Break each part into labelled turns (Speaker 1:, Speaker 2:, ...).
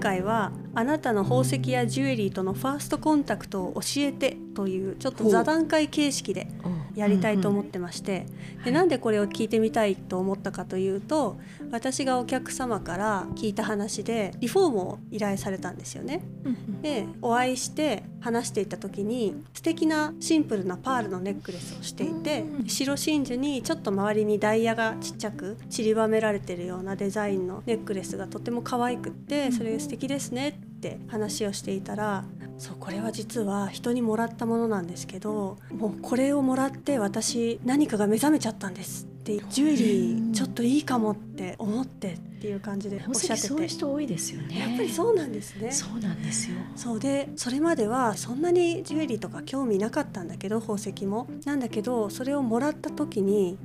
Speaker 1: 回は「あなたの宝石やジュエリーとのファーストコンタクトを教えて」というちょっと座談会形式でやりたいと思ってまして、でなんでこれを聞いてみたいと思ったかというと私がお客様から聞いた話でリフォームを依頼されたんですよね。でお会いして話していた時に素敵なシンプルなパールのネックレスをしていて
Speaker 2: うん
Speaker 1: 白真珠にちょっと周りにダイヤがちっちゃく散りばめられてるようなデザインのネックレスがとても可愛くってそれ素敵ですねって話をしていたらそうこれは実は人にもらったものなんですけどもうこれをもらって私何かが目覚めちゃったんですってジュエリーちょっといいかもって思ってっていう感じでおっしゃってて
Speaker 2: そういう人多いですよね。
Speaker 1: やっぱりそうなんですね。
Speaker 2: そうなんですよ。
Speaker 1: そうでそれまではそんなにジュエリーとか興味なかったんだけど宝石もなんだけどそれをもらった時に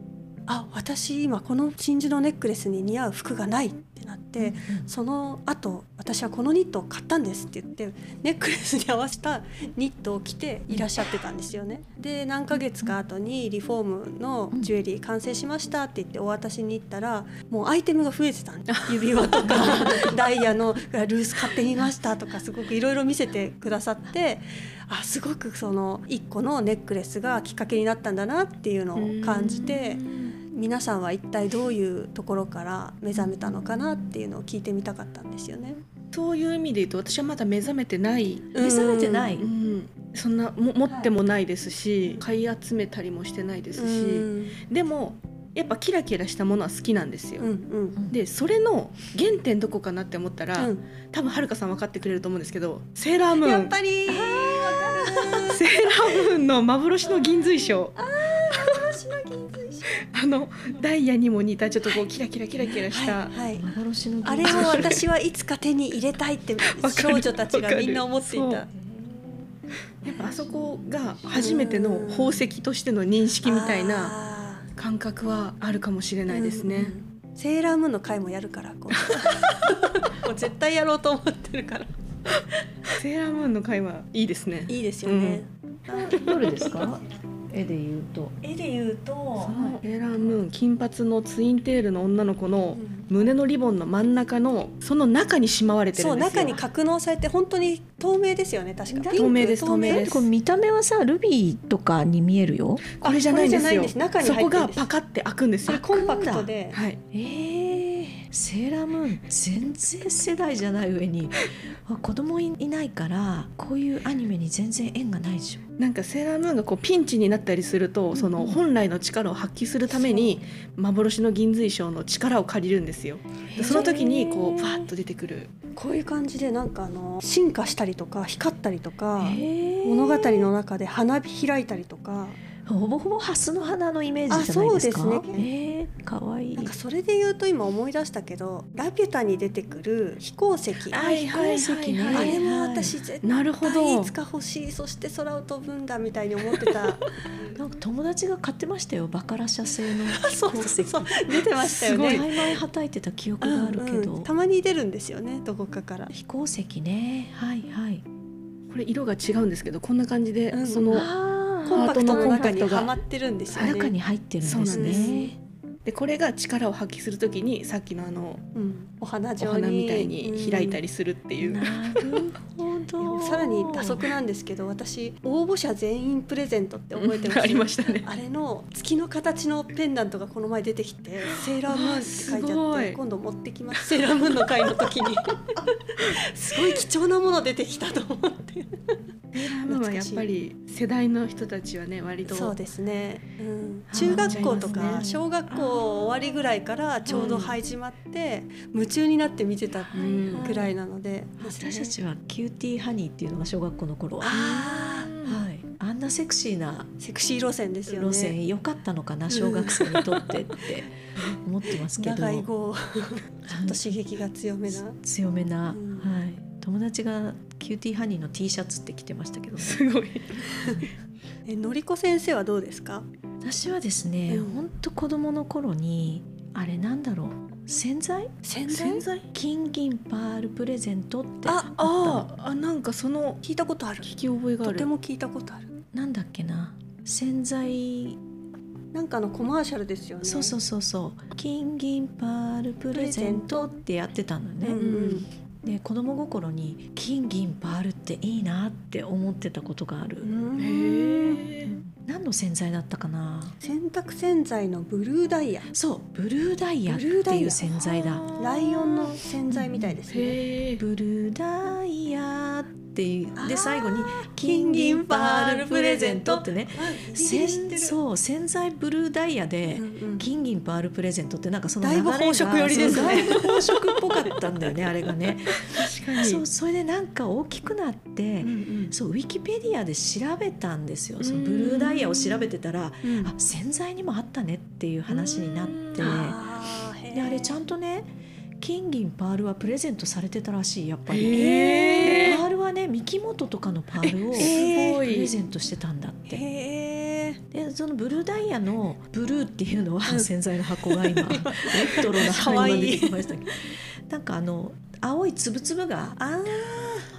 Speaker 1: あ私今この真珠のネックレスに似合う服がないってなって、その後私はこのニットを買ったんですって言ってネックレスに合わせたニットを着ていらっしゃってたんですよね。で何ヶ月か後にリフォームのジュエリー完成しましたって言ってお渡しに行ったらもうアイテムが増えてたんで指輪とかダイヤのルース買ってみましたとかすごくいろいろ見せてくださってあすごくその1個のネックレスがきっかけになったんだなっていうのを感じて。皆さんは一体どういうところから目覚めたのかなっていうのを聞いてみたかったんですよね。
Speaker 3: そういう意味で言うと私はまだ目覚めてない、。
Speaker 2: 目覚めてないう
Speaker 3: ん、そんなも持ってもないですし、買い集めたりもしてないで
Speaker 1: う
Speaker 3: すし、
Speaker 1: ん
Speaker 3: でもやっぱキラキラしたものは好きなんですよ。
Speaker 1: うんうん
Speaker 3: でそれの原点どこかなって思ったら、
Speaker 1: うん
Speaker 3: 多分はるかさん分かってくれると思うんですけどセーラーム
Speaker 1: や
Speaker 3: ー
Speaker 1: っ
Speaker 3: ン
Speaker 1: ぱり
Speaker 3: セーラームーンの幻の銀髄 章あのダイヤにも似たちょっとこうキラキラキラキラした、
Speaker 1: はいはい、
Speaker 2: 幻の
Speaker 1: あれを私はいつか手に入れたいって
Speaker 3: る
Speaker 1: 少女たちがみんな思ってい
Speaker 3: わか
Speaker 1: た
Speaker 3: る。やっぱあそこが初めての宝石としての認識みたいな
Speaker 1: あー
Speaker 3: 感覚はあるかもしれないですね。
Speaker 1: うんうんセーラームーンの回もやるからこうもう絶対やろうと思ってるから
Speaker 3: セーラームーンの会はいいですね。
Speaker 1: いいですよね。
Speaker 2: どれですか？ 絵で言うと。
Speaker 1: 絵で言うと
Speaker 3: そ、のセーラームーン金髪のツインテールの女の子の
Speaker 1: うん
Speaker 3: 胸のリボンの真ん中のその中にしまわれて
Speaker 1: そう
Speaker 3: る
Speaker 1: ん
Speaker 3: です
Speaker 1: 中
Speaker 3: よ。
Speaker 1: に格納されて本当に透明ですよね確か。
Speaker 3: 透明です
Speaker 1: ピンク
Speaker 3: 透明
Speaker 2: だ
Speaker 3: で
Speaker 2: って
Speaker 3: す
Speaker 2: これ見た目はさルビーとかに見えるよ。
Speaker 3: これじゃないんですよ。
Speaker 1: これじゃないんです中に
Speaker 3: そ
Speaker 1: 入
Speaker 3: こ
Speaker 1: ってるん
Speaker 3: が
Speaker 1: です
Speaker 3: パカって開くんです
Speaker 1: そ
Speaker 3: よ
Speaker 1: れ。コンパクトで。
Speaker 3: はい。
Speaker 2: えー、セーラームーン全然世代じゃない上にあ子供いいないからこういうアニメに全然縁がないでしょ。
Speaker 3: なんかセーラームーンがこうピンチになったりすると、その本来の力を発揮するために幻の銀髄章の力を借りるんですよ。でその時にこうパーッと出てくる。
Speaker 1: こういう感じでなんかあの進化したりとか光ったりとか、
Speaker 2: えー
Speaker 1: 物語の中で花火開いたりとか、
Speaker 2: ほぼほぼハスの花のイメージじゃないですか。
Speaker 1: あそうです
Speaker 2: ね。えー、かわいい
Speaker 1: なん。かそれで言うと今思い出したけど「ラピュタ」に出てくる飛行石あ
Speaker 3: はいはい
Speaker 2: 飛行
Speaker 3: はい
Speaker 2: 石ね
Speaker 3: はい。
Speaker 1: れも私絶
Speaker 3: なるほ
Speaker 1: 対
Speaker 3: ど
Speaker 1: いつ。か欲しいそして空を飛ぶんだみたいに思って た
Speaker 2: なんか友達が買ってましたよ。バカラ社製の
Speaker 1: そう
Speaker 2: 鉱
Speaker 1: そ
Speaker 2: 石。
Speaker 1: うそう出てましたよ
Speaker 3: すご
Speaker 1: ね
Speaker 3: い
Speaker 2: 前々はたいてた記憶があるけど。
Speaker 1: うんうんたまに出るんですよねどこかから
Speaker 2: 飛行石ね。はいはい。
Speaker 3: これ色が違うんですけど、こんな感じで、
Speaker 1: うん
Speaker 3: その
Speaker 2: あー
Speaker 1: コンパクトの中に
Speaker 3: ハートのコンパクトが
Speaker 1: はまってるんですよね
Speaker 2: 中に入ってるんです
Speaker 3: そうなん
Speaker 1: で
Speaker 2: ね。
Speaker 1: す
Speaker 3: でこれが力を発揮するときにさっきのあの
Speaker 1: うんお花
Speaker 3: お
Speaker 1: 状に
Speaker 3: 花みたいに開いた
Speaker 1: り、
Speaker 3: りするっていう。
Speaker 2: なるほど。
Speaker 1: さらに打足なんですけど私応募者全員プレゼントって覚えてます
Speaker 3: ありましたね。
Speaker 1: あれの月の形のペンダントがこの前出てきて「セーラームーン」って書いて
Speaker 3: す
Speaker 1: あっ
Speaker 3: ご
Speaker 1: て
Speaker 3: い
Speaker 1: 今度持ってきますセーラームーンの会の時にすごい貴重なもの出てきたと思って
Speaker 3: 今はやっぱり世代の人たちはね割と
Speaker 1: そうですね、うん
Speaker 2: あー
Speaker 1: 中学校と
Speaker 2: あり
Speaker 1: か
Speaker 2: ますね
Speaker 1: 小学校終わりぐらいからちょうど始まって夢中になって見てた
Speaker 3: うん
Speaker 1: ぐらいなのでですね
Speaker 2: 私たちはキューティーハニーっていうのが小学校の頃は。は
Speaker 1: あー
Speaker 2: い。あんなセクシーな
Speaker 1: セクシー路線ですよね
Speaker 2: 路線良かったのかな小学生にとってって思ってますけど。
Speaker 1: 長い号ちょっと刺激が強めな
Speaker 2: 強めな、
Speaker 1: うん
Speaker 2: はい。友達がキューティーハニーの T シャツって着てましたけど、ね、
Speaker 3: すごい。
Speaker 1: えのりこ先生はどうですか
Speaker 2: 私はですね、
Speaker 1: うん
Speaker 2: ほんと子供の頃にあれなんだろう洗剤
Speaker 1: 洗
Speaker 3: 洗剤
Speaker 2: 金銀パールプレゼントって
Speaker 1: あ
Speaker 3: あああなんかその
Speaker 1: 聞いたことある
Speaker 3: 聞き覚えがあ
Speaker 1: と
Speaker 3: る。
Speaker 1: ても聞いたことある
Speaker 2: なんだっけな洗剤
Speaker 1: なんかのコマーシャルですよね
Speaker 2: そうそうそうそう金銀パールプレゼントってやってたのね、
Speaker 1: うんうん
Speaker 2: で子供心に金銀パールっていいなって思ってたことがある、
Speaker 1: うん
Speaker 3: へ
Speaker 2: 何の洗剤だったかな
Speaker 1: 洗濯洗剤のブルーダイヤ
Speaker 2: そうブルーダイヤって
Speaker 1: ブルーダイ
Speaker 2: いう
Speaker 1: ヤ
Speaker 2: 洗剤だ
Speaker 1: ライオンの洗剤みたいですね
Speaker 3: へえ
Speaker 2: ブルーダイヤっていう
Speaker 1: あー
Speaker 2: で最後に「金
Speaker 1: 金
Speaker 2: 銀
Speaker 1: 銀
Speaker 2: パ
Speaker 1: パ
Speaker 2: ー
Speaker 1: ー
Speaker 2: ル
Speaker 1: ル
Speaker 2: プ
Speaker 1: プ
Speaker 2: レ
Speaker 1: レ
Speaker 2: ゼ
Speaker 1: ゼ
Speaker 2: ン
Speaker 1: ン
Speaker 2: ト」
Speaker 1: ト
Speaker 2: ってね
Speaker 1: せん
Speaker 2: 洗そう洗剤ブルーダイヤで、
Speaker 1: うんうん
Speaker 2: 金銀パールプレゼントってなんかその
Speaker 1: だいぶ
Speaker 2: 流れが
Speaker 1: 宝飾寄りですね
Speaker 2: そうだいぶ宝飾っぽかったんだよねあれがね
Speaker 3: 確かに
Speaker 2: そうそれでなんか大きくなって、
Speaker 3: うんうん
Speaker 2: そうウィキペディアで調べたんですよ
Speaker 3: ん
Speaker 2: そのブルーダイヤを調べてたら、
Speaker 1: うん
Speaker 2: あ洗剤にもあったねっていう話になって、
Speaker 1: あーへー
Speaker 2: であれちゃんとね金銀パールはプレゼントされてたらしいやっぱり、
Speaker 3: へえ
Speaker 2: パールはね三木本とかのパールを
Speaker 3: えす
Speaker 2: プ
Speaker 3: ごい
Speaker 2: レゼントしてたんだって
Speaker 1: へえ
Speaker 2: でそのブルーダイヤのブルーっていう のは洗剤の箱が今レトロな箱が出てきましたけどなんかあの青い粒々が、
Speaker 1: あ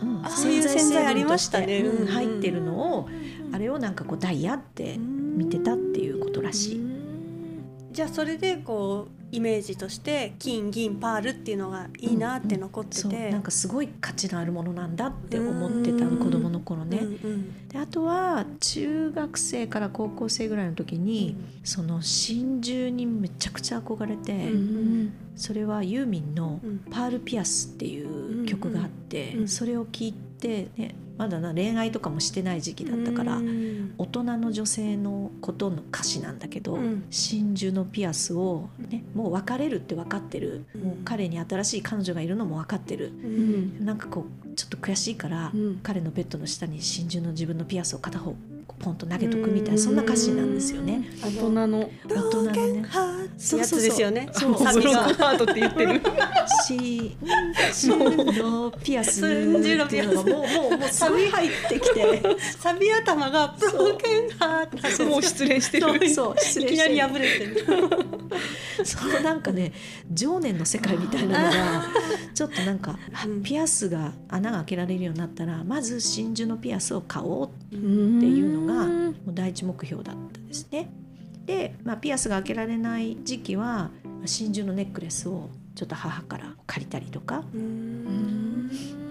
Speaker 2: うん
Speaker 1: あー
Speaker 2: 洗剤成分として
Speaker 1: 洗剤ありましたね
Speaker 2: うん
Speaker 1: うん
Speaker 2: 入ってるのを
Speaker 1: ー
Speaker 2: あれをなんかこうダイヤって見
Speaker 1: 見
Speaker 2: てたっていうことらしい。
Speaker 1: じゃあそれでこうイメージとして金銀パールっていうのがいいなって残って
Speaker 2: そう
Speaker 1: て
Speaker 2: なんかすごい価値のあるものなんだって思ってた
Speaker 1: うん
Speaker 2: 子供の頃ね、
Speaker 1: うんうん
Speaker 2: であとは中学生から高校生ぐらいの時に、その真珠にめちゃくちゃ憧れて、
Speaker 1: うん
Speaker 2: それはユーミンの
Speaker 1: うん
Speaker 2: 「パールピアス」っていう曲があって、
Speaker 1: うんうん
Speaker 2: それを聞いて、ね、まだな恋愛とかもしてない時期だったから、
Speaker 1: うん
Speaker 2: 大人の女性のことの歌詞なんだけど、
Speaker 1: うん
Speaker 2: 真珠のピアスを、ね、もう別れるって分かってる、
Speaker 1: うん
Speaker 2: もう彼に新しい彼女がいるのも分かってる
Speaker 1: う
Speaker 3: うんん
Speaker 2: なんかこうちょっと悔しいから、
Speaker 3: うん
Speaker 2: 彼のベッドの下に真珠の自分のピアスを片方こうポンと投げとくみたいなそんな歌詞なんですよね。
Speaker 3: 大人の
Speaker 1: ブローケンハーツ
Speaker 2: そう
Speaker 1: や
Speaker 2: そうそう
Speaker 1: つですよね
Speaker 2: そう
Speaker 1: サビが
Speaker 3: ハートって言ってる
Speaker 2: 真珠のピアス
Speaker 1: 真珠のピアス
Speaker 2: っていうのがもうもうもうすごい入ってきて
Speaker 1: サビ頭がブローケンハーツなんですよ
Speaker 3: もう失恋してる
Speaker 2: そう失
Speaker 1: い
Speaker 2: 礼
Speaker 1: き
Speaker 2: し
Speaker 1: なり
Speaker 2: て
Speaker 1: 破れてる
Speaker 2: そのなんかね情念の世界みたいなのが ちょっとなんか、あ
Speaker 1: うん
Speaker 2: ピアスが穴が開けられるようになったらまず真珠のピアスを買おうって
Speaker 3: て
Speaker 2: いうのがもう第一目標だったですね。で、まあ、ピアスが開けられない時期は真珠のネックレスをちょっと母から借りたりとか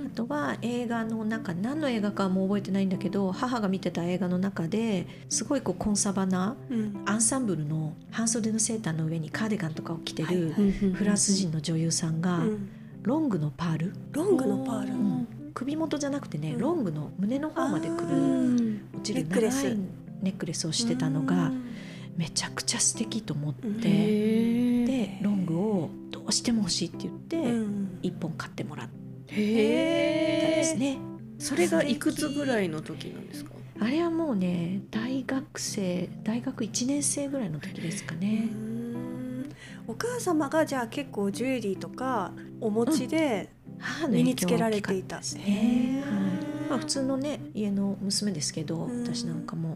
Speaker 2: あとは映画の中何の映画かはもう覚えてないんだけど母が見てた映画の中ですごいこうコンサバな
Speaker 1: うん
Speaker 2: アンサンブルの半袖のセーターの上にカーディガンとかを着て
Speaker 1: はい
Speaker 2: る
Speaker 1: はい
Speaker 2: フランス人の女優さんが
Speaker 1: うん
Speaker 2: ロングのパール
Speaker 1: ロングのパール
Speaker 2: うん首元じゃなくてね
Speaker 1: うん
Speaker 2: ロングの胸の方までく
Speaker 1: う
Speaker 2: る
Speaker 3: ん
Speaker 2: 落ちる
Speaker 1: ネックレ
Speaker 2: 長
Speaker 1: ス
Speaker 2: いネックレスをしてたのがめちゃくちゃ素敵と思っ
Speaker 1: うん
Speaker 2: て
Speaker 3: で
Speaker 2: でロングをどうしても欲しいって言
Speaker 1: う
Speaker 2: って
Speaker 1: ん
Speaker 2: 1本買ってもらったで
Speaker 3: へ
Speaker 2: す
Speaker 3: え
Speaker 2: ね。
Speaker 3: それがいくつぐらいの時なんですか
Speaker 2: あれはもうね大学生大学1年生ぐらいの時ですかね。
Speaker 1: うんお母様がじゃあ結構ジュエリーとかお持ちで
Speaker 2: 母の
Speaker 1: 身
Speaker 2: 影
Speaker 1: に
Speaker 2: 響
Speaker 1: つけ
Speaker 2: は
Speaker 1: ら
Speaker 2: 大
Speaker 1: れ
Speaker 2: きか
Speaker 1: て
Speaker 2: っ
Speaker 1: い
Speaker 2: た
Speaker 1: た
Speaker 2: ですね。
Speaker 1: へ
Speaker 2: はい
Speaker 1: ー
Speaker 2: まあ、普通のね家の娘ですけど
Speaker 1: うん
Speaker 2: 私なんかも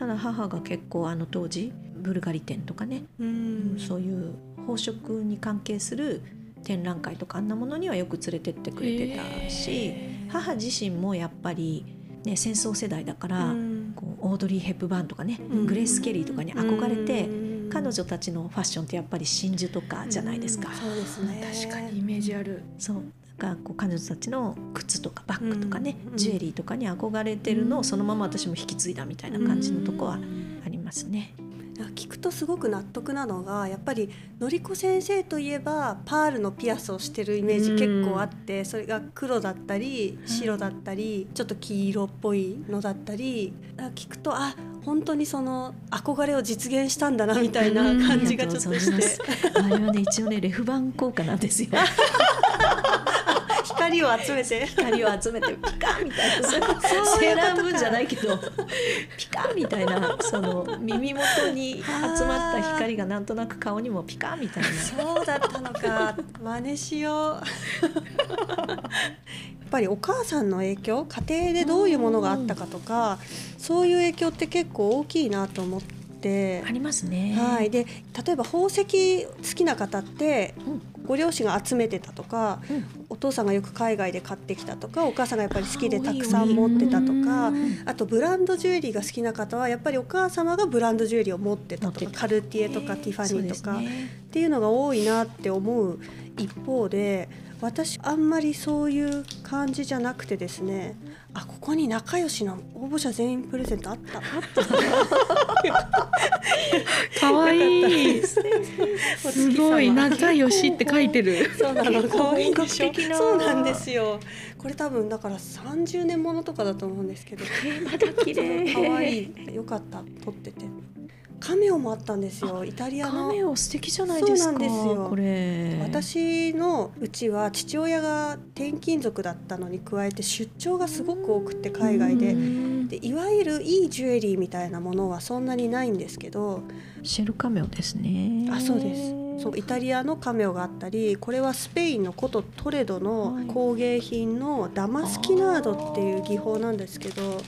Speaker 2: ただ母が結構あの当時ブルガリ展とかね、
Speaker 1: うん
Speaker 2: そういう宝飾に関係する展覧会とかあんなものにはよく連れてってくれてたし母自身もやっぱり、ね、戦争世代だから、
Speaker 1: うん
Speaker 2: こうオードリー・ヘップバーンとかね、
Speaker 1: うん
Speaker 2: グレース・ケリーとかに憧れて、
Speaker 1: うん
Speaker 2: 彼女たちのファッションってやっぱり真珠とかじゃないですか。
Speaker 1: そうですね
Speaker 3: 確かにイメージある
Speaker 2: そうなんかこう彼女たちの靴とかバッグとかね、
Speaker 1: うん
Speaker 2: ジュエリーとかに憧れてるのをそのまま私も引き継いだみたいな感じのとこは
Speaker 3: うん
Speaker 2: ありますね。
Speaker 1: いや聞くとすごく納得なのがやっぱりのりこ先生といえばパールのピアスをしてるイメージ結構あってそれが黒だったり白だったりちょっと黄色っぽいのだったりあ聞くとあ本当にその憧れを実現したんだなみたいな感じがちょっと
Speaker 2: ありがとうございま
Speaker 1: し
Speaker 2: す
Speaker 1: て
Speaker 2: あれはね一応ねレフ板効果なんですよ。
Speaker 1: 光を集めて
Speaker 2: 光を集めてピカみたいな それセーラームーンじゃないけどピカみたいなその耳元に集まった光がなんとなく顔にもピカみたいな。
Speaker 1: そうだったのか真似しよう やっぱりお母さんの影響家庭でどういうものがあったかとかそういう影響って結構大きいなと思って
Speaker 2: あ。りますね。
Speaker 1: はい、で例えば宝石好きな方って
Speaker 2: うん
Speaker 1: ご両親が集めてたとか
Speaker 2: うん
Speaker 1: お父さんがよく海外で買ってきたとかお母さんがやっぱり好きで
Speaker 2: あー多
Speaker 1: た
Speaker 2: いよ
Speaker 1: く
Speaker 2: ね
Speaker 1: さん持ってたとか
Speaker 2: うん
Speaker 1: あとブランドジュエリーが好きな方はやっぱりお母様がブランドジュエリーを持ってた
Speaker 2: 持っ
Speaker 1: とか
Speaker 2: てた
Speaker 1: カルティエとか
Speaker 2: ね
Speaker 1: ティファニーとか
Speaker 2: そうですね
Speaker 1: っていうのが多いなって思う一方で私あんまりそういう感じじゃなくてですねあここに仲良しの応募者全員プレゼントあったあった
Speaker 3: 可愛いい。
Speaker 1: お
Speaker 3: す
Speaker 1: 月様
Speaker 3: ごい仲良しって書いてる。
Speaker 1: そうなの
Speaker 2: 結構
Speaker 1: 可愛いでし
Speaker 2: 本格的
Speaker 1: ょ
Speaker 2: な
Speaker 1: そうなんですよこれ多分だから30年ものとかだと思うんですけど
Speaker 2: まだ綺麗。
Speaker 1: 可愛いよかった撮っててカメオもあったんですよイタリア
Speaker 2: カ
Speaker 1: の
Speaker 2: メオ素敵じゃないですか。
Speaker 1: そうなんですよ
Speaker 2: これ。
Speaker 1: 私のうちは父親が転勤族だったのに加えて出張がすごく多くて海外
Speaker 2: う
Speaker 1: で
Speaker 2: ん
Speaker 1: でいわゆるいいジュエリーみたいなものはそんなにないんですけど
Speaker 2: シェルカメオですね。
Speaker 1: あそうですそうイタリアのカメオがあったりこれはスペインの古都トレド
Speaker 2: は
Speaker 1: の
Speaker 2: い
Speaker 1: 工芸品のダマスキナードっていう技法なんですけど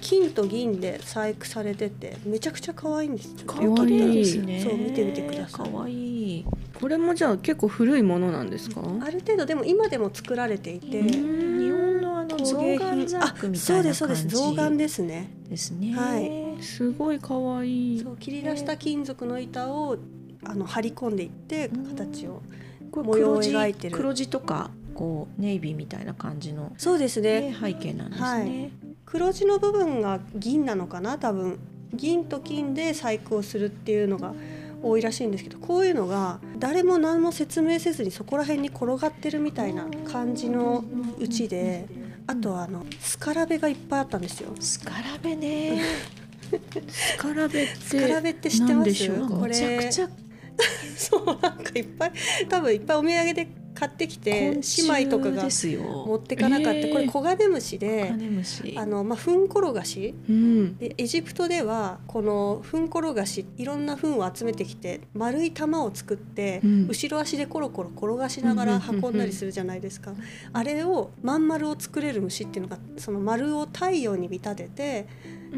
Speaker 1: 金と銀で細工されててめちゃくちゃ可愛いんですよ
Speaker 2: 可
Speaker 3: 愛い
Speaker 2: 愛いですね。
Speaker 1: そう見てみてください
Speaker 2: 可愛い。
Speaker 3: これもじゃあ結構古いものなんですか？
Speaker 1: ある程度でも今でも作られていて
Speaker 2: う。ん日本のあの
Speaker 1: 工
Speaker 2: 象
Speaker 1: 芸
Speaker 2: 眼
Speaker 1: 品
Speaker 2: 細
Speaker 1: あ
Speaker 2: 工み
Speaker 1: そ
Speaker 2: た
Speaker 1: う
Speaker 2: い
Speaker 1: で
Speaker 2: な
Speaker 1: すそうです
Speaker 2: 感じ
Speaker 1: 象眼ですね
Speaker 2: ですね。
Speaker 1: はい
Speaker 3: すごい可愛い
Speaker 1: そう切り出した金属の板をあの張り込んでいって
Speaker 2: うん
Speaker 1: 形を
Speaker 2: これ
Speaker 1: 模様を
Speaker 2: 黒地
Speaker 1: 描いてる
Speaker 2: 黒地とかこうネイビーみたいな感じの、
Speaker 1: そうですね
Speaker 2: ね、背景なんですね。
Speaker 1: はい黒字の部分が銀なのかな多分銀と金で細工をするっていうのが多いらしいんですけどこういうのが誰も何も説明せずにそこら辺に転がってるみたいな感じのうちであとはあのスカラベがいっぱいあったんですよ。
Speaker 2: スカラベね。
Speaker 3: スカラベって
Speaker 1: スカラベって知って
Speaker 3: なん
Speaker 1: ま
Speaker 3: ですしょう
Speaker 1: こ
Speaker 2: めちゃく
Speaker 1: れ
Speaker 2: ちゃ
Speaker 1: そうなんかいっぱい多分いっぱいお土産で買ってきて
Speaker 2: 昆虫
Speaker 1: 姉妹とかが
Speaker 2: ですよ。
Speaker 1: 持ってかなかった、
Speaker 3: えー
Speaker 1: これコガネムシで
Speaker 2: カネムシ。
Speaker 1: あの、まあ、フンコロガシ
Speaker 3: うん
Speaker 1: でエジプトではこのフンコロガシいろんなフンを集めてきて丸い玉を作って、
Speaker 3: うん
Speaker 1: 後ろ足でコロコロ転がしながら運んだりするじゃないですか、あれをまん丸を作れる虫っていうのがその丸を太陽に見立てて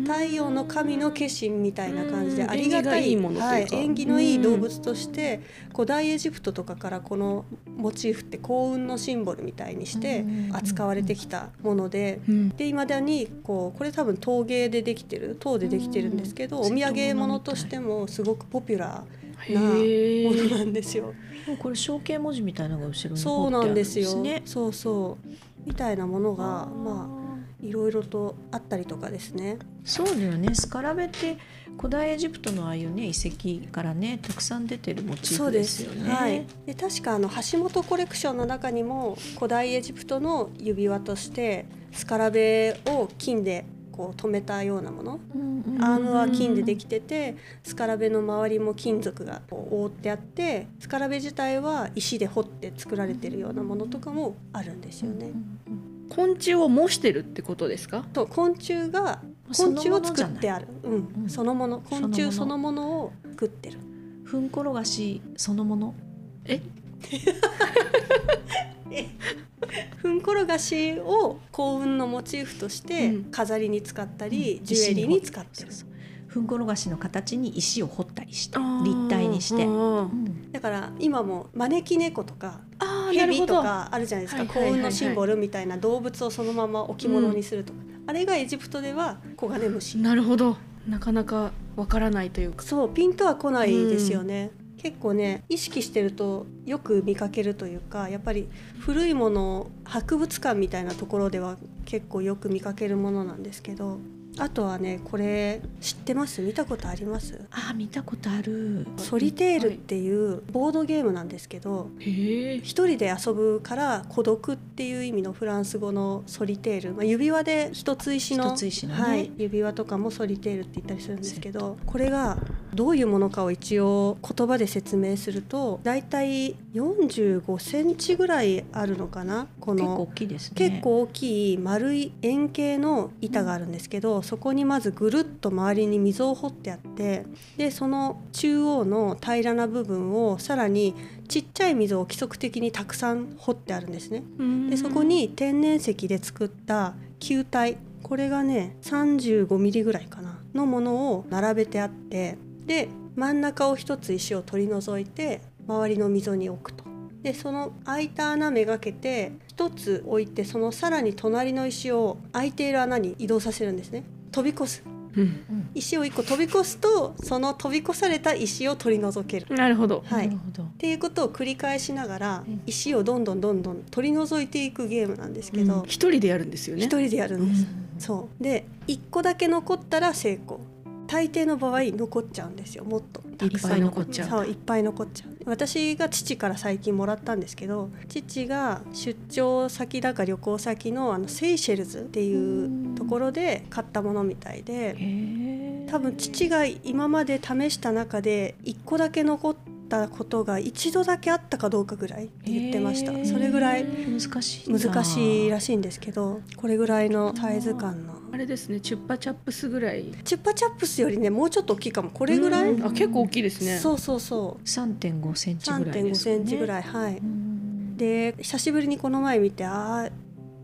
Speaker 1: 太陽の神の化身みたいな感じで
Speaker 3: うん
Speaker 1: ありがたい
Speaker 3: 縁起がいいものと
Speaker 1: は
Speaker 3: いう
Speaker 1: い
Speaker 3: か
Speaker 1: 縁起のいい動物として古代エジプトとかからこのモチーフって幸運のシンボルみたいにして
Speaker 2: うん
Speaker 1: 扱われてきたもので。
Speaker 3: うん
Speaker 1: で未だにこうこれ多分陶芸でできてる陶でできてるんですけど、
Speaker 2: うん
Speaker 1: お土産物としてもすごくポピュラ
Speaker 3: へ
Speaker 1: ー
Speaker 3: え
Speaker 1: ものなんですよ。
Speaker 2: もうこれ象形文字みたいなのが後ろに彫
Speaker 1: そ
Speaker 2: っ
Speaker 1: う
Speaker 2: てあ
Speaker 1: な
Speaker 2: る
Speaker 1: ん
Speaker 2: ん
Speaker 1: で
Speaker 2: ですす
Speaker 1: よ。
Speaker 2: ね。
Speaker 1: そうそうみたいなものがまあ
Speaker 2: あ
Speaker 1: いろいろとあったりとかですね。
Speaker 2: そうだよねスカラベって古代エジプトのああいうね遺跡からねたくさん出てるモチーフですよね。
Speaker 1: はい。で確かあの橋本コレクションの中にも古代エジプトの指輪としてスカラベを金でこう留めたようなもの
Speaker 2: うんうんうん
Speaker 1: アームは金でできててスカラベの周りも金属がこう覆ってあってスカラベ自体は石で掘って作られてるようなものとかもあるんですよね。
Speaker 3: 昆虫を模してるってことですか？
Speaker 1: と昆虫が
Speaker 2: そ
Speaker 1: 昆
Speaker 2: の
Speaker 1: 虫
Speaker 2: も
Speaker 1: を
Speaker 2: のじ
Speaker 1: 作
Speaker 2: ゃ
Speaker 1: っ
Speaker 2: ない
Speaker 1: てある、うん
Speaker 2: うん
Speaker 1: そのもの昆虫そ
Speaker 2: そ
Speaker 1: の
Speaker 2: の
Speaker 1: ものを作ってる。
Speaker 2: ふんころがしそのもの。
Speaker 1: ふんころがしを幸運のモチーフとして
Speaker 3: うん
Speaker 1: 飾りに使ったり、
Speaker 2: うん
Speaker 1: ジュエリーに使ってる。
Speaker 2: そうそうふんころがしの形に石を掘ったりして
Speaker 3: あー
Speaker 2: 立体にして。
Speaker 3: あ
Speaker 2: うん
Speaker 3: ー
Speaker 1: だから今も招き猫とか
Speaker 3: あーな
Speaker 1: ヘ
Speaker 3: る
Speaker 1: ビ
Speaker 3: ほ
Speaker 1: と
Speaker 3: ど。
Speaker 1: かあるじゃないですか、
Speaker 3: はいはいはいはい
Speaker 1: 幸運のシンボルみたいな動物をそのまま置物にするとか、あれがエジプトではコガネムシ
Speaker 3: なるほど。なかなかわからないというか。
Speaker 1: そうピンとは来ないですよね、結構ね意識してるとよく見かけるというかやっぱり古いもの博物館みたいなところでは結構よく見かけるものなんですけどあとはねこれ知ってます見たことあります
Speaker 2: あー見たことある。
Speaker 1: ソリテールっていうボードゲームなんですけど、
Speaker 3: へえ。
Speaker 1: 一人で遊ぶから孤独っていう意味のフランス語のソリテール、まあ、指輪で一つ石の
Speaker 2: 一つ石のね
Speaker 1: はい、指輪とかもソリテールって言ったりするんですけどこれがどういうものかを一応言葉で説明するとだいたい45センチぐらいあるのかなこ
Speaker 2: 結構
Speaker 1: の
Speaker 2: 大きいですね。
Speaker 1: 結構大きい丸い円形の板があるんですけどそこにまずぐるっと周りに溝を掘ってあってでその中央の平らな部分をさらにちっちゃい溝を規則的にたくさん掘ってあるんですね。でそこに天然石で作った球体これがね35ミリぐらいかなのものを並べてあってで真ん中を一つ石を取り除いて周りの溝に置くと。でその空いた穴めがけて一つ置いてそのさらに隣の石を空いている穴に移動させるんですね飛び越す
Speaker 3: うん
Speaker 2: うん
Speaker 1: 石を一個飛び越すとその飛び越された石を取り除ける。
Speaker 3: なるほど。
Speaker 1: はい、
Speaker 2: なる
Speaker 1: っ
Speaker 2: ほど
Speaker 1: ていうことを繰り返しながら
Speaker 2: うん
Speaker 1: 石をどんどんどんどん取り除いていくゲームなんですけ
Speaker 3: うん
Speaker 1: ど
Speaker 3: 一、人でやるんですよ
Speaker 1: 一、
Speaker 3: ね。
Speaker 1: 人でやるんです。
Speaker 2: うん
Speaker 1: そうで一個だけ残ったら成功大抵の場合残っちゃうんですよもっと
Speaker 2: たくさん残っちゃう
Speaker 1: そういっぱい残っちゃう私が父から最近もらったんですけど父が出張先だか旅行先のあのセイシェルズっていうところで買ったものみたいで
Speaker 2: へえ
Speaker 1: 多分父が今まで試した中で一個だけ残ったことが一度だけあったかどうかぐらいって言ってました
Speaker 2: へえ
Speaker 1: それぐらい
Speaker 2: 難しいな
Speaker 1: 難しいらしいんですけどこれぐらいのサイズ感の
Speaker 3: あれですね、チュッパチャップスぐらい。
Speaker 1: チュッパチャップスよりねもうちょっと大きいかもこれぐらい、
Speaker 3: うんあ、結構大きいですね。
Speaker 1: そうそうそう
Speaker 2: 3.5センチぐらい
Speaker 1: 3.5
Speaker 2: ですか
Speaker 1: セ
Speaker 2: ね
Speaker 1: ンチぐらい、は
Speaker 2: う
Speaker 1: い
Speaker 2: ん
Speaker 1: で久しぶりにこの前見てああ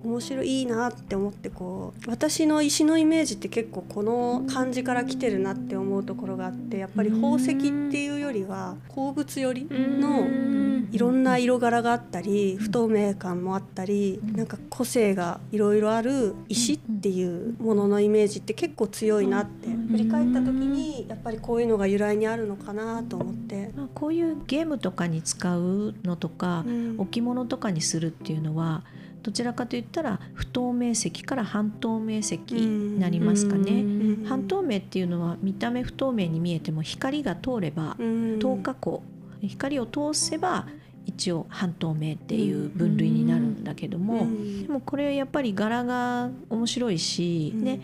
Speaker 1: 面白いいいなって思ってこう私の石のイメージって結構この感じから来てるなって思うところがあってやっぱり宝石っていうよりは鉱物寄りの
Speaker 3: うん
Speaker 1: いろんな色柄があったり不透明感もあったりなんか個性がいろいろある石っていうもののイメージって結構強いなって振り返った時にやっぱりこういうのが由来にあるのかなと思って。
Speaker 2: まあ、こういうゲームとかに使うのとか、
Speaker 1: うん
Speaker 2: 置物とかにするっていうのはどちらかと言ったら不透明石から半透明石になりますか
Speaker 3: う
Speaker 2: ね。
Speaker 3: ん
Speaker 1: うん
Speaker 2: 半透明っていうのは見た目不透明に見えても光が通れば
Speaker 1: うん
Speaker 2: 透過光光を通せば一応半透明っていう分類になるんだけども、
Speaker 1: うん
Speaker 2: でもこれやっぱり柄が面白いし、
Speaker 1: うん
Speaker 2: ね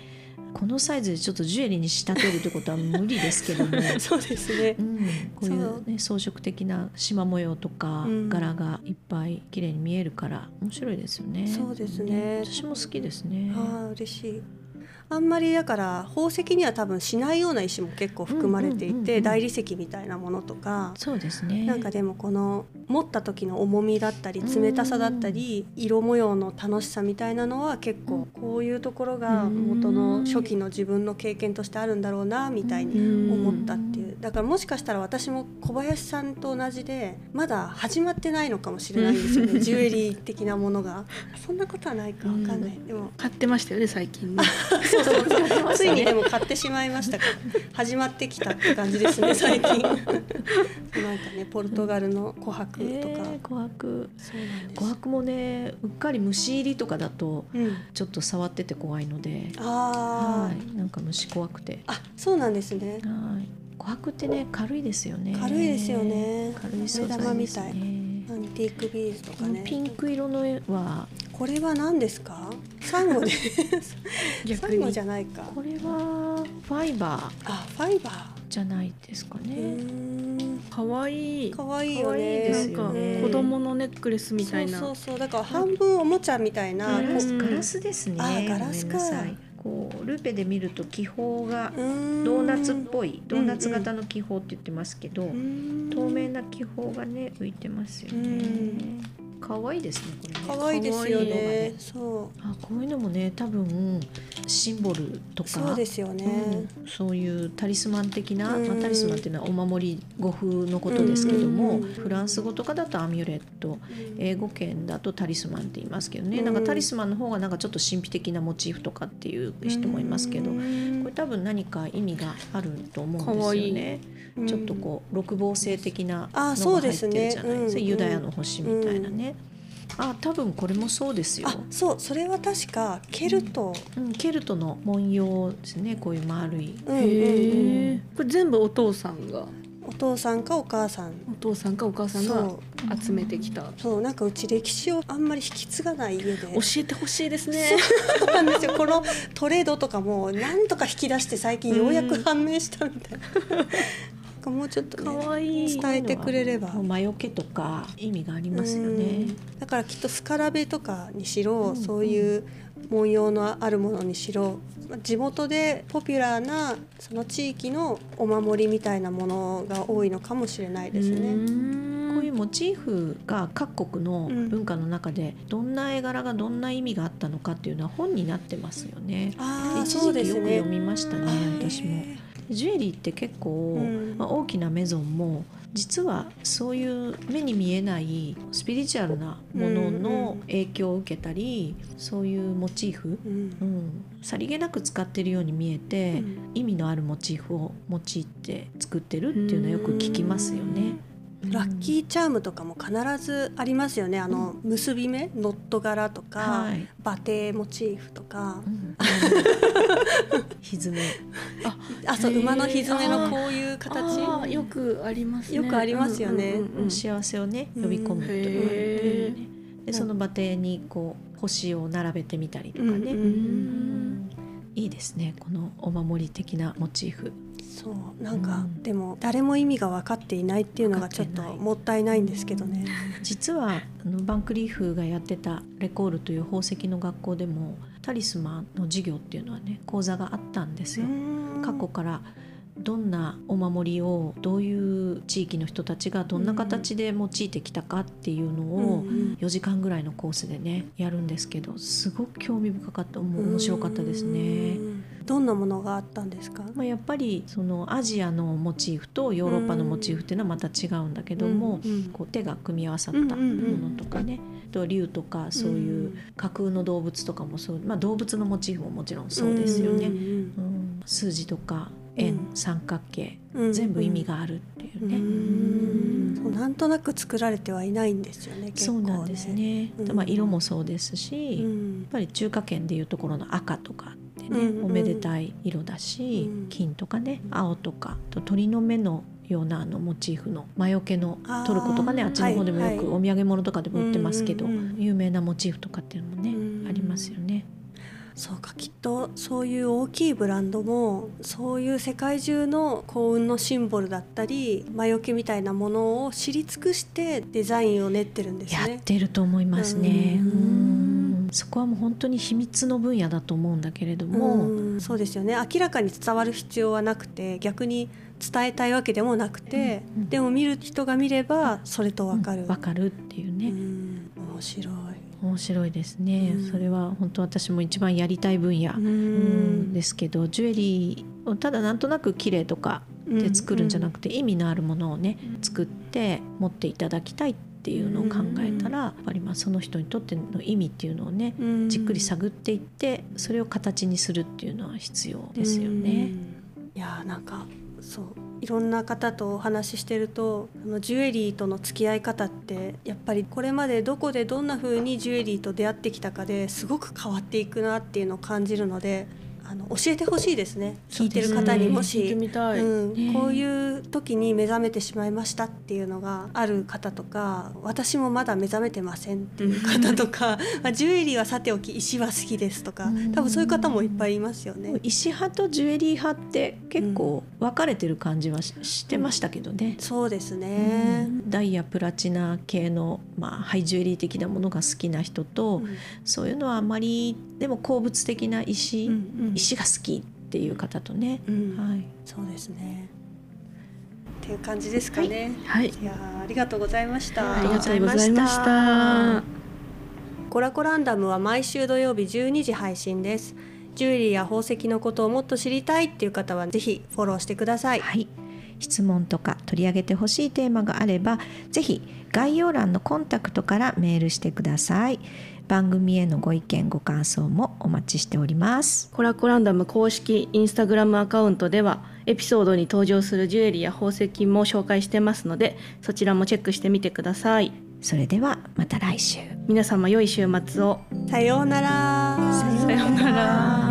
Speaker 2: このサイズでちょっとジュエリーに仕立てるってことは無理ですけども
Speaker 1: そうですね
Speaker 2: う。ん、こうい
Speaker 1: そう
Speaker 2: う、ね、装飾的な縞模様とか
Speaker 1: うん
Speaker 2: 柄がいっぱい綺麗に見えるから面白いですよね。
Speaker 1: そうですね
Speaker 2: 私も好きですね。
Speaker 1: ああ嬉しい。あんまりだから宝石には多分しないような石も結構含まれて
Speaker 2: う
Speaker 1: い
Speaker 2: んうんうんう
Speaker 1: て
Speaker 2: ん
Speaker 1: 大理石みたいなものとか。
Speaker 2: そうですね。
Speaker 1: なんかでもこの持った時の重みだったり冷たさだったり色模様の楽しさみたいなのは結構こういうところが元の初期の自分の経験としてあるんだろうなみたいに思ったっていうだからもしかしたら私も小林さんと同じでまだ始まってないのかもしれないんですよねジュエリー的なものが そんなことはないかわかんないでも
Speaker 3: 買ってましたよね、最近ね。
Speaker 1: そうそうそうついにでも買ってしまいましたから始まってきたって感じですね最近 なんかねポルトガルの琥珀
Speaker 2: え
Speaker 1: とか、
Speaker 2: ー、琥珀
Speaker 1: そうなんです
Speaker 2: 琥珀もねうっかり虫入りとかだと
Speaker 1: うん、
Speaker 2: ちょっと触ってて怖いので、
Speaker 1: あ
Speaker 2: は
Speaker 1: ー
Speaker 2: い、なんか虫怖くて、
Speaker 1: あそうなんですね
Speaker 2: はい、琥珀ってね軽いですよね。
Speaker 1: 軽いですよね
Speaker 2: 軽い素材です
Speaker 1: 目玉
Speaker 2: ね。
Speaker 1: アンティークビーズと
Speaker 2: こ
Speaker 1: か
Speaker 2: の
Speaker 1: ね
Speaker 2: ピンク色の絵は
Speaker 1: これは何ですかサ ンゴでサンゴじゃないか
Speaker 2: これはファイバー
Speaker 1: あファイバー
Speaker 2: じゃないですか
Speaker 1: う
Speaker 2: ね。
Speaker 1: ーん
Speaker 3: 可愛い。
Speaker 1: 可愛い
Speaker 2: 可
Speaker 1: よね
Speaker 2: 愛い
Speaker 3: な
Speaker 2: です
Speaker 3: んか
Speaker 2: よね
Speaker 3: 子供のネックレスみたい
Speaker 1: そうそ
Speaker 3: な
Speaker 1: う。そうだから半分おもちゃみたいな
Speaker 2: ガラ
Speaker 1: こ
Speaker 2: ス
Speaker 3: うん
Speaker 2: ガラスですね。
Speaker 1: あガラス
Speaker 2: ご
Speaker 1: か
Speaker 2: めんなさいこうルーペで見ると気泡が
Speaker 1: ううーん
Speaker 2: ドーナツっぽいドーナツ
Speaker 1: うんうん
Speaker 2: 型の気泡って言ってますけど、
Speaker 1: うーん
Speaker 2: 透明な気泡がね浮いてますよね
Speaker 1: うん。
Speaker 2: 可愛いですねこれね。
Speaker 1: 可愛いです
Speaker 2: 可
Speaker 1: よ
Speaker 2: 愛い色が
Speaker 1: ね。そう
Speaker 2: あこういうのもね多分シンボルとか
Speaker 1: そうですよね。
Speaker 2: うんそういうタリスマン的な、
Speaker 1: うん
Speaker 2: まあ、タリスマンっていうのはお守り語風のことですけども、
Speaker 1: うんうんうん
Speaker 2: フランス語とかだとアミュレット英語圏だとタリスマンって言いますけどね、
Speaker 1: うん
Speaker 2: なんかタリスマンの方がなんかちょっと神秘的なモチーフとかっていう人もいますけど、
Speaker 1: う
Speaker 2: こ
Speaker 1: ん
Speaker 2: れ多分何か意味があると思うんですよね。ちょっとこう六芒星的なのが
Speaker 1: あそう
Speaker 2: 入
Speaker 1: で
Speaker 2: って
Speaker 1: すね
Speaker 2: るじゃないですか、
Speaker 1: うん
Speaker 2: ユダヤの星みたいなね。あ多分これもそうですよ
Speaker 1: あ。そうそれは確かケルト、
Speaker 2: うん、ケルトの文様ですねこういう丸い。
Speaker 1: うんうんうん
Speaker 3: へえ。これ全部お父さんが。
Speaker 1: お父さんかお母さん
Speaker 3: お父さんかお母さんが
Speaker 1: そ
Speaker 3: 集めてきた。
Speaker 1: うそうなんかうち歴史をあんまり引き継がない家で
Speaker 3: 教えてほしいですね。
Speaker 1: そうなんですよこのトレードとかもなんとか引き出して最近ようやく判明したみたいな。なんかもうちょっとね
Speaker 3: 可愛い。
Speaker 1: 伝えてくれれば
Speaker 2: もう魔除けとか意味がありますよ
Speaker 1: う
Speaker 2: ね。
Speaker 1: んだからきっとスカラベとかにしろ、
Speaker 2: んうん
Speaker 1: そういう文様のあるものにしろまあ地元でポピュラーなその地域のお守りみたいなものが多いのかもしれないですね。
Speaker 2: こういうモチーフが各国の文化の中でどんな絵柄がどんな意味があったのかっていうのは本になってますよね。
Speaker 1: ああ
Speaker 2: 一
Speaker 1: そう
Speaker 2: 時
Speaker 1: で
Speaker 2: 期よ
Speaker 1: す
Speaker 2: く
Speaker 1: ね
Speaker 2: 読。みましたね
Speaker 1: あー
Speaker 2: 私も。ジュエリーって結構、
Speaker 1: うん
Speaker 2: まあ、大きなメゾンも実はそういう目に見えないスピリチュアルなものの影響を受けたり、そういうモチーフ、
Speaker 1: うん
Speaker 2: うん、さりげなく使ってるように見えて、
Speaker 1: うん
Speaker 2: 意味のあるモチーフを用いて作ってるっていうのはよく聞きますよね。
Speaker 1: ラッ
Speaker 2: ー
Speaker 1: キーチャームとかも必ずありますよねあの結び目ノット柄とか、
Speaker 2: はい、
Speaker 1: バテモチーフとか
Speaker 2: うん、歪め
Speaker 1: あそう
Speaker 3: へー
Speaker 1: 馬のひずめのこういう形
Speaker 3: あーよくありますね
Speaker 1: よくありますよね
Speaker 3: うんうんうんうん
Speaker 2: 幸せをね呼び込むと言われてるよね。でその馬蹄にこう星を並べてみたりとかね、
Speaker 1: うん
Speaker 3: う
Speaker 1: うん
Speaker 3: ん
Speaker 2: いいですねこのお守り的なモチーフ。
Speaker 1: そうなんか、
Speaker 2: うん
Speaker 1: でも誰も意味が分かっていないっていうのがちょっともったいないんですけどね。
Speaker 2: 実はあのバンクリーフがやってたレコールという宝石の学校でもタリスマンの授業っていうのはね講座があったんですよ。過去からどんなお守りをどういう地域の人たちがどんな形で用いてきたかっていうのを
Speaker 1: うん
Speaker 2: 4時間ぐらいのコースでねやるんですけどすごく興味深かったもう面白かったですね。
Speaker 1: うんどんなものがあったんですか？
Speaker 2: まあ、やっぱりそのアジアのモチーフとヨーロッパのモチーフっていうのはまた違うんだけども、
Speaker 1: うん
Speaker 2: こう手が組み合わさったものとかね、と竜とかそういうう架空の動物とかもそう、まあ、動物のモチーフももちろんそうですよね。
Speaker 1: んうん
Speaker 2: うん数字とか円、
Speaker 1: う
Speaker 2: 三角形
Speaker 1: うん
Speaker 2: 全部意味があるっていうね。
Speaker 1: うんそうなんとなく作られてはいないんですよね。結
Speaker 2: そ
Speaker 1: 構
Speaker 2: う
Speaker 1: ね
Speaker 2: なんです。ね、
Speaker 1: うん
Speaker 2: まあ、色もそうですし、
Speaker 1: う
Speaker 2: やっ
Speaker 1: ん
Speaker 2: ぱり中華圏でいうところの赤とかってね、
Speaker 1: うんうん
Speaker 2: おめでたい色だし、
Speaker 1: うん
Speaker 2: 金とかね青とかあと鳥の目のようなあのモチーフの魔除けの
Speaker 1: あー
Speaker 2: トルコとかねあっちの方でも
Speaker 1: はい
Speaker 2: よくお土産物とかでも売ってますけど、
Speaker 1: うんうんうん
Speaker 2: 有名なモチーフとかっていうのもね、
Speaker 1: うん
Speaker 2: ありますよね。
Speaker 1: そうかきっとそういう大きいブランドもそういう世界中の幸運のシンボルだったり魔除けみたいなものを知り尽くしてデザインを練ってるんです
Speaker 2: やっ
Speaker 1: ね。
Speaker 2: てると思いますね。
Speaker 1: うん
Speaker 2: うんそこはもう本当に秘密の分野だと思うんだけれども、
Speaker 1: うんそうですよね明らかに伝わる必要はなくて逆に伝えたいわけでもなくて、
Speaker 2: うん
Speaker 1: でも見る人が見ればそれとわかる、
Speaker 2: うんわかるっていうね。
Speaker 1: うん面白い、
Speaker 2: 面白いですね、
Speaker 1: うん
Speaker 2: それは本当私も一番やりたい分野、うんですけどジュエリーをただなんとなく綺麗とかで作るんじゃな
Speaker 1: く
Speaker 2: くて、意味のあるものをね作って持っていただきたいっていうのを考えたら、やっぱりまあその人にとっての意味っていうのをね
Speaker 1: て、
Speaker 2: じっくり探っていってそれを形にするっていうのは必要ですよね。
Speaker 1: うん。いやーなんかそういろんな方とお話ししてるとあのジュエリーとの付き合い方ってやっぱりこれまでどこでどんな風にジュエリーと出会ってきたかですごく変わっていくなっていうのを感じるのであの教えてほしいですね聞いてる方にも
Speaker 3: 聞いて
Speaker 1: し。
Speaker 3: みたい、
Speaker 1: うん
Speaker 2: ね
Speaker 1: こういう時に目覚めてしまいましたっていうのがある方とか私もまだ目覚めてませんっていう方とかまあジュエリーはさておき石は好きですとか多分そういう方もいっぱいいますよね。
Speaker 2: 石派とジュエリー派って結構分かれてる感じはししてましたけどね。
Speaker 1: そうですね。
Speaker 2: ダイヤプラチナ系の、まあ、ハイジュエリー的なものが好きな人と、そういうのはあまりでも鉱物的な石、
Speaker 1: うん
Speaker 2: 石が好きっていう方とね、
Speaker 1: うん
Speaker 2: はい、
Speaker 1: そうですね。っていう感じですかね。
Speaker 3: はい
Speaker 1: い、やーありがとうございました。
Speaker 3: ありがとうございまし
Speaker 2: ありがとうござい
Speaker 3: た
Speaker 2: ま
Speaker 1: コラコランダムは毎週土曜日12時配信です。ジュエリーや宝石のことをもっと知りたいっていう方はぜひフォローしてください。
Speaker 2: はい、質問とか取り上げてほしいテーマがあればぜひ概要欄のコンタクトからメールしてください番組へのご意見ご感想もお待ちしております
Speaker 3: コラコランダム公式インスタグラムアカウントではエピソードに登場するジュエリーや宝石も紹介してますのでそちらもチェックしてみてください
Speaker 2: それではまた来週
Speaker 3: 皆様良い週末を
Speaker 1: さようなら。
Speaker 3: さようなら